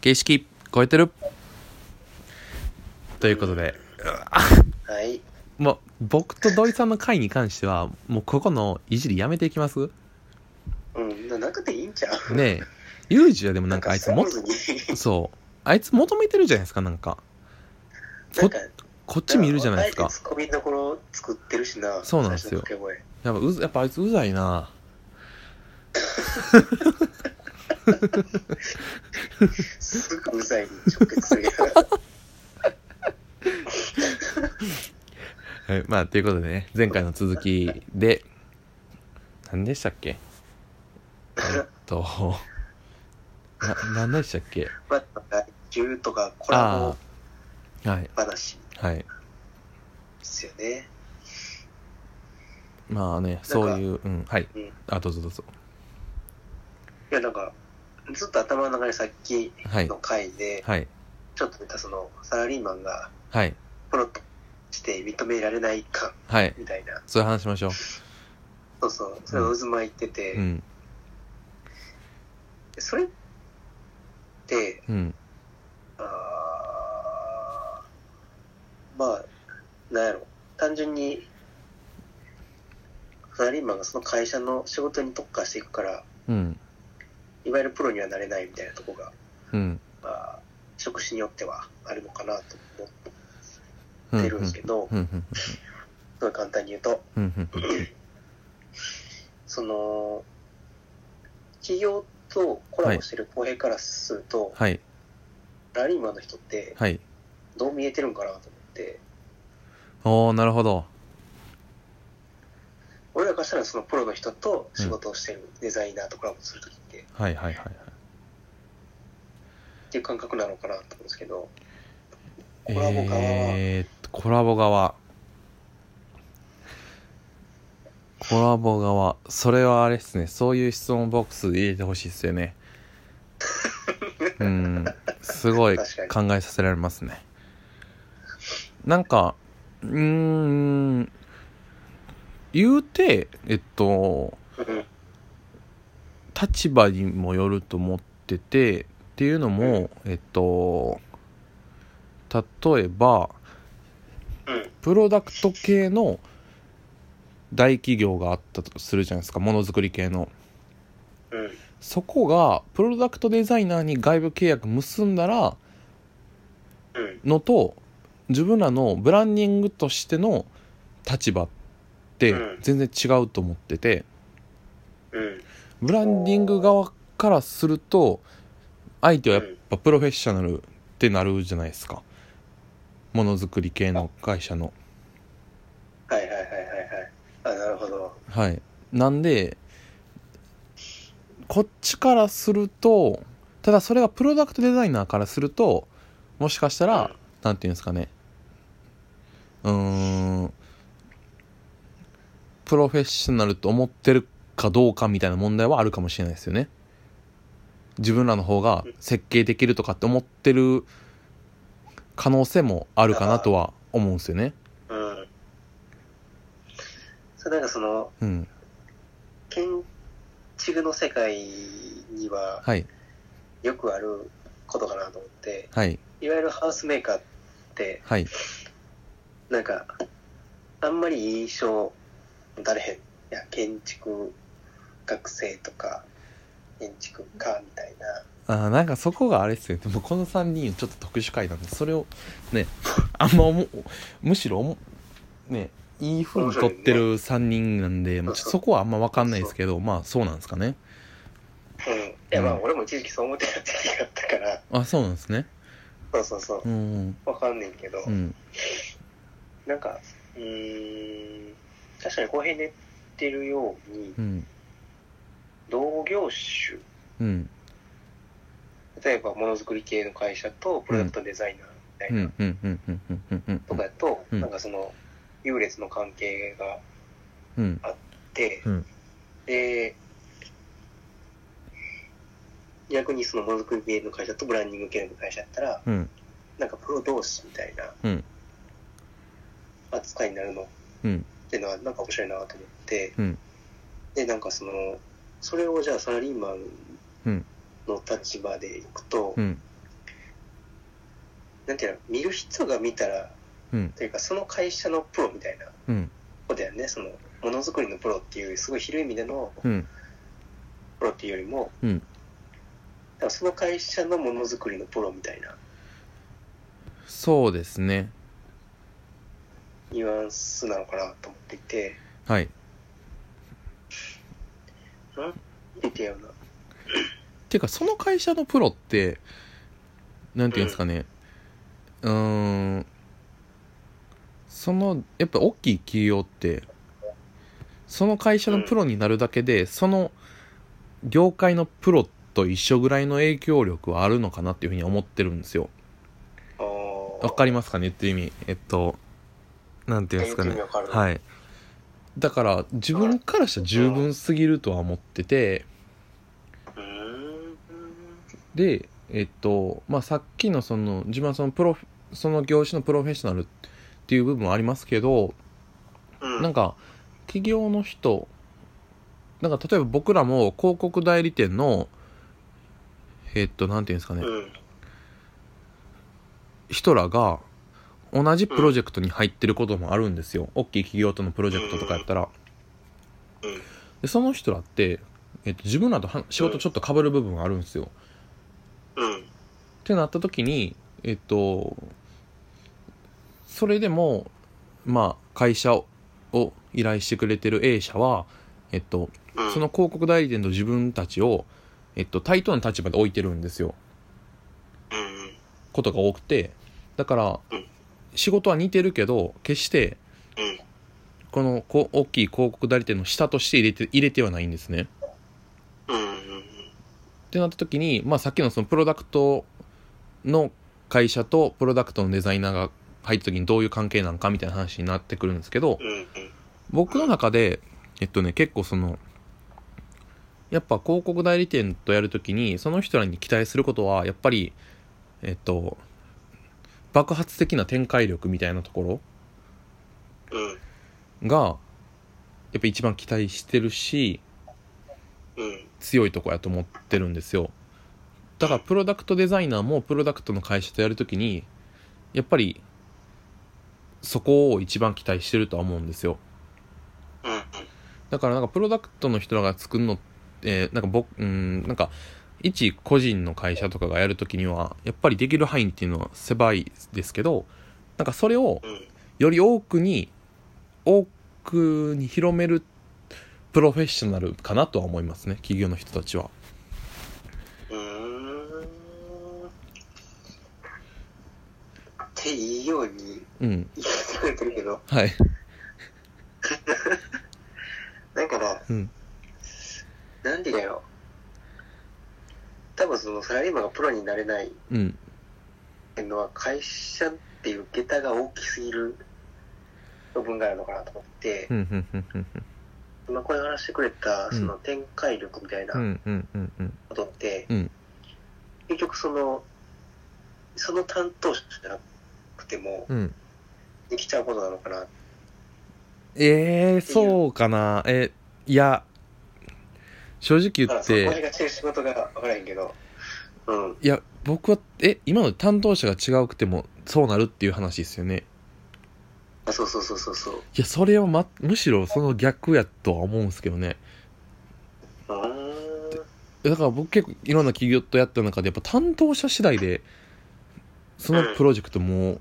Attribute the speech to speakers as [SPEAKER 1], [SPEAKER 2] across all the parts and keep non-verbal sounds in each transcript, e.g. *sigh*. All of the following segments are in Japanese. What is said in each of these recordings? [SPEAKER 1] 形式超えてるということで
[SPEAKER 2] はい。
[SPEAKER 1] もう僕と土井さんの回に関してはもうここのいじりやめていきます
[SPEAKER 2] うん、ななくていいんちゃう
[SPEAKER 1] ねえユージはでもなんかあいつも
[SPEAKER 2] *laughs* スムーズに
[SPEAKER 1] そうあいつ求めてるじゃないですかなんか
[SPEAKER 2] なんか、
[SPEAKER 1] *laughs* こっち見るじゃないです
[SPEAKER 2] あ
[SPEAKER 1] か
[SPEAKER 2] えてツッコミどころ作ってるしな。
[SPEAKER 1] そうなんですよ
[SPEAKER 2] 最初の掛け
[SPEAKER 1] やっぱうずやっぱあいつうざいな
[SPEAKER 2] 声すぐうざいに直結す
[SPEAKER 1] *laughs*
[SPEAKER 2] るやん。
[SPEAKER 1] はいまあということでね前回の続きで何でしたっけえっとな何でしたっけ
[SPEAKER 2] まあ、なんか銃とかコラボ
[SPEAKER 1] ああはい
[SPEAKER 2] 話
[SPEAKER 1] はい
[SPEAKER 2] ですよね。
[SPEAKER 1] まあねそういううんはい
[SPEAKER 2] うん
[SPEAKER 1] あどうぞどうぞ
[SPEAKER 2] いや、なんか、ずっと頭の中にさっき
[SPEAKER 1] はい
[SPEAKER 2] の回で、
[SPEAKER 1] はい
[SPEAKER 2] ちょっと見たその、サラリーマンが
[SPEAKER 1] はい
[SPEAKER 2] プロとして認められない感
[SPEAKER 1] はい
[SPEAKER 2] みたいな。
[SPEAKER 1] そういう話しましょ
[SPEAKER 2] そうそう、それが渦巻いてて、
[SPEAKER 1] ううん
[SPEAKER 2] それって、
[SPEAKER 1] うん
[SPEAKER 2] あーまあ、なんやろ、単純に、サラリーマンがその会社の仕事に特化していくから、
[SPEAKER 1] うん
[SPEAKER 2] いわゆるプロにはなれないみたいなとこが、
[SPEAKER 1] うん
[SPEAKER 2] まあ、職種によってはあるのかなと思
[SPEAKER 1] うんうん
[SPEAKER 2] ってるんですけど、
[SPEAKER 1] うんうん
[SPEAKER 2] すごい簡単に言うと、
[SPEAKER 1] うんうん
[SPEAKER 2] その、企業とコラボしてる公平からすると、
[SPEAKER 1] はい
[SPEAKER 2] サラリーマンの人って
[SPEAKER 1] はい
[SPEAKER 2] どう見えてるんかなと思って、
[SPEAKER 1] おおなるほど
[SPEAKER 2] 俺らからしたらそのプロの人と仕事をしてるデザイナーとコラボするときって、
[SPEAKER 1] はいはいはいはい
[SPEAKER 2] っていう感覚なのかなと思うんですけど、コラボ側は
[SPEAKER 1] えーっとコラボ側コラボ側それはあれですねそういう質問ボックス入れてほしいですよねうんすごい考
[SPEAKER 2] 確
[SPEAKER 1] えさせられますねなんかうーん言うてえっと
[SPEAKER 2] うん
[SPEAKER 1] 立場にもよると思っててっていうのもえっと例えば
[SPEAKER 2] うん、
[SPEAKER 1] プロダクト系の大企業があったとするじゃないですかものづくり系の
[SPEAKER 2] うん、
[SPEAKER 1] そこがプロダクトデザイナーに外部契約結んだら
[SPEAKER 2] うん、
[SPEAKER 1] のと自分らのブランディングとしての立場って
[SPEAKER 2] うん
[SPEAKER 1] 全然違うと思ってて
[SPEAKER 2] うん、
[SPEAKER 1] ブランディング側からすると相手はやっ
[SPEAKER 2] うん
[SPEAKER 1] ぱプロフェッショナルってなるじゃないですかものづくり系の会社の
[SPEAKER 2] はいはいはいはいはい。あ、なるほど。
[SPEAKER 1] はい、なんでこっちからするとただそれがプロダクトデザイナーからするともしかしたら何、なん、て言うんですかねうーんプロフェッショナルと思ってるかどうかみたいな問題はあるかもしれないですよね自分らの方が設計できるとかって思ってる可能性もあるかなとは思うんですよね
[SPEAKER 2] うん。それなんかその、
[SPEAKER 1] うん
[SPEAKER 2] 建築の世界には
[SPEAKER 1] はい
[SPEAKER 2] よくあることかなと思って、
[SPEAKER 1] はい
[SPEAKER 2] いわゆるハウスメーカーって、
[SPEAKER 1] はい
[SPEAKER 2] なんか、あんまりいい印象持たれへん。いや、建築学生とか、建築家みたいな。
[SPEAKER 1] あーなんかそこがあれっすよねもうこの3人ちょっと特殊回なんでそれをね *laughs* あんま思うむしろ思うねいい風に撮ってる3人なんで、まあちょっとそこはあんま分かんないですけどまあそうなんですかね
[SPEAKER 2] うん。いや、まあ、
[SPEAKER 1] うん
[SPEAKER 2] 俺も一時期そう思ってた時期があったから、
[SPEAKER 1] あそうなんですね
[SPEAKER 2] そうそうそ
[SPEAKER 1] う。
[SPEAKER 2] う
[SPEAKER 1] ん
[SPEAKER 2] わかんねんけど、
[SPEAKER 1] うん
[SPEAKER 2] なんか、うーん、確かに公平で言ってるように
[SPEAKER 1] う、ん
[SPEAKER 2] 同業種、
[SPEAKER 1] うん
[SPEAKER 2] 例えばものづくり系の会社とプロダクトデザイナーみたい
[SPEAKER 1] うんう
[SPEAKER 2] なん
[SPEAKER 1] うんうんうんうんうんうん
[SPEAKER 2] とかだと、
[SPEAKER 1] うん
[SPEAKER 2] なんかその、優劣の関係があ
[SPEAKER 1] うん
[SPEAKER 2] って、
[SPEAKER 1] うん
[SPEAKER 2] で、逆にそのものづくり系の会社とブランディング系の会社だったら、
[SPEAKER 1] うん
[SPEAKER 2] なんかプロ同士みたいな
[SPEAKER 1] うん
[SPEAKER 2] 扱いになるのっ
[SPEAKER 1] うん
[SPEAKER 2] ていうのはなんか面白いなと思って、
[SPEAKER 1] うん
[SPEAKER 2] で、なんかその、それをじゃあサラリーマン
[SPEAKER 1] うん
[SPEAKER 2] の立場でいくと、
[SPEAKER 1] うん
[SPEAKER 2] なんていうの見る人が見たら
[SPEAKER 1] うん
[SPEAKER 2] というかその会社のプロみたいな
[SPEAKER 1] うん
[SPEAKER 2] ことだよねそのものづくりのプロっていうすごい広い意味での
[SPEAKER 1] うん
[SPEAKER 2] プロっていうよりも、
[SPEAKER 1] うん
[SPEAKER 2] だからその会社のものづくりのプロみたいな
[SPEAKER 1] そうですね
[SPEAKER 2] ニュアンスなのかなと思っていて
[SPEAKER 1] はい
[SPEAKER 2] なんて言ってやろうな
[SPEAKER 1] ていうかその会社のプロってなんていうんですかねうーんそのやっぱ大きい企業ってその会社のプロになるだけで、その業界のプロと一緒ぐらいの影響力はあるのかなっていうふうに思ってるんですよ
[SPEAKER 2] あー
[SPEAKER 1] わかりますかね言ってる意味えっとなんていうんですかね
[SPEAKER 2] 言ってる意味わかる
[SPEAKER 1] はいだから自分からしたら十分すぎるとは思ってて、
[SPEAKER 2] うーん
[SPEAKER 1] でえっとまあさっきのその自分はそのプロフその業種のプロフェッショナルっていう部分もありますけど
[SPEAKER 2] うん
[SPEAKER 1] なんか企業の人なんか例えば僕らも広告代理店のえっとなんていうんですかね
[SPEAKER 2] うん
[SPEAKER 1] 人らが同じプロジェクトに入ってることもあるんですよ大きい企業とのプロジェクトとかやったら
[SPEAKER 2] うん
[SPEAKER 1] でその人らって、えっと、自分らとは仕事ちょっと被る部分があるんですよ
[SPEAKER 2] うん
[SPEAKER 1] ってなった時にえっとそれでもまあ会社をを依頼してくれてる A 社はえっと
[SPEAKER 2] うん
[SPEAKER 1] その広告代理店と自分たちをえっと対等な立場で置いてるんですよ
[SPEAKER 2] うん
[SPEAKER 1] ことが多くてだから
[SPEAKER 2] うん
[SPEAKER 1] 仕事は似てるけど決して
[SPEAKER 2] うん
[SPEAKER 1] このこ大きい広告代理店の下として入れて入れてはないんですね
[SPEAKER 2] うんうん
[SPEAKER 1] ってなった時に、まあ、さっきのそのプロダクトの会社とプロダクトのデザイナーが入った時にどういう関係なのかみたいな話になってくるんですけど
[SPEAKER 2] うんうん
[SPEAKER 1] 僕の中でえっとね結構そのやっぱ広告代理店とやる時にその人らに期待することはやっぱりえっと爆発的な展開力みたいなとこ
[SPEAKER 2] う
[SPEAKER 1] ろ
[SPEAKER 2] ん
[SPEAKER 1] がやっぱ一番期待してるし
[SPEAKER 2] うん
[SPEAKER 1] 強いとこやと思ってるんですよだからプロダクトデザイナーもプロダクトの会社とやるときにやっぱりそこを一番期待してるとは思うんですよ
[SPEAKER 2] うん
[SPEAKER 1] だからなんかプロダクトの人らが作るのえーなんか僕うんなんか一個人の会社とかがやるときにはやっぱりできる範囲っていうのは狭いですけどなんかそれを
[SPEAKER 2] うん
[SPEAKER 1] より多くに多くに広めるプロフェッショナルかなとは思いますね企業の人たちは
[SPEAKER 2] うーんっていいように
[SPEAKER 1] うん
[SPEAKER 2] 言ってくれてるけど、
[SPEAKER 1] はい
[SPEAKER 2] だから、
[SPEAKER 1] うん
[SPEAKER 2] なんでだよ。多分そのサラリーマンがプロになれない
[SPEAKER 1] うん
[SPEAKER 2] のは会社っていう下駄が大きすぎる部分があるのかなと思って
[SPEAKER 1] う、んうんうんうん
[SPEAKER 2] 今これ話してくれた
[SPEAKER 1] うん
[SPEAKER 2] その展開力みたいな
[SPEAKER 1] うんうんうんうん
[SPEAKER 2] ことって、
[SPEAKER 1] うん
[SPEAKER 2] 結局その、その担当者じゃなくても
[SPEAKER 1] うん
[SPEAKER 2] できちゃうことなのかな。
[SPEAKER 1] えー、そうかなえいや正直
[SPEAKER 2] だか
[SPEAKER 1] 言
[SPEAKER 2] ら
[SPEAKER 1] っ
[SPEAKER 2] その俺
[SPEAKER 1] て
[SPEAKER 2] がしてる仕事がわからへんけど、うん。
[SPEAKER 1] いや僕はえ今の担当者が違うくてもそうなるっていう話ですよね
[SPEAKER 2] あそうそうそうそうそう。
[SPEAKER 1] いやそれを、ま、むしろその逆やとは思うんですけどね
[SPEAKER 2] うーん。
[SPEAKER 1] だから僕結構いろんな企業とやった中でやっぱ担当者次第でそのプロジェクトも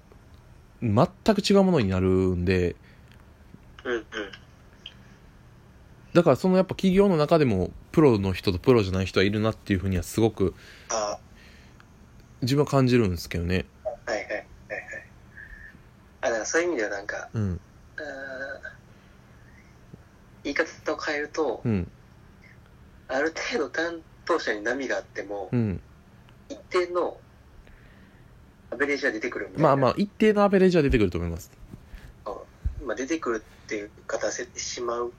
[SPEAKER 1] 全く違うものになるんで
[SPEAKER 2] うんうん。
[SPEAKER 1] だからそのやっぱ企業の中でもプロの人とプロじゃない人はいるなっていうふうにはすごく
[SPEAKER 2] あ
[SPEAKER 1] 自分は感じるんですけどね
[SPEAKER 2] はいはいはいはい。あ、だからそういう意味ではなんか、
[SPEAKER 1] うん
[SPEAKER 2] あー言い方を変えると、
[SPEAKER 1] うん
[SPEAKER 2] ある程度担当者に波があっても
[SPEAKER 1] う、ん
[SPEAKER 2] 一定のアベレージは出てくるみたいな。
[SPEAKER 1] まあまあ一定のアベレージは出てくると思います
[SPEAKER 2] あ。まあ出てくるっていう形せてしまう。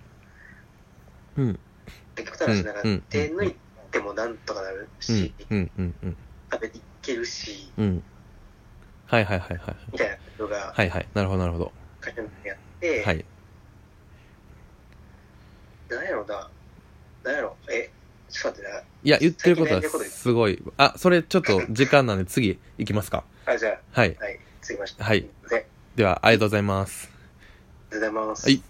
[SPEAKER 1] うん
[SPEAKER 2] 極端な話なら、
[SPEAKER 1] うんうんうん
[SPEAKER 2] 手抜いてもなんとかなる
[SPEAKER 1] う
[SPEAKER 2] し
[SPEAKER 1] ん、うんうんうん
[SPEAKER 2] 食べていけるし、
[SPEAKER 1] うんはいはいはいはい
[SPEAKER 2] みたいなことが、
[SPEAKER 1] はいはいなるほどなるほど
[SPEAKER 2] 会社の中でやって、
[SPEAKER 1] はい
[SPEAKER 2] なんやろな、なんやろ、え、ちょっと待って
[SPEAKER 1] いや言ってることはすごいあそれちょっと時間なんで次行きますか
[SPEAKER 2] な。あ、じゃはい。
[SPEAKER 1] はい、すいません。
[SPEAKER 2] はい
[SPEAKER 1] で、
[SPEAKER 2] では、ありがとうございます。
[SPEAKER 1] ありがとうございます。
[SPEAKER 2] はい。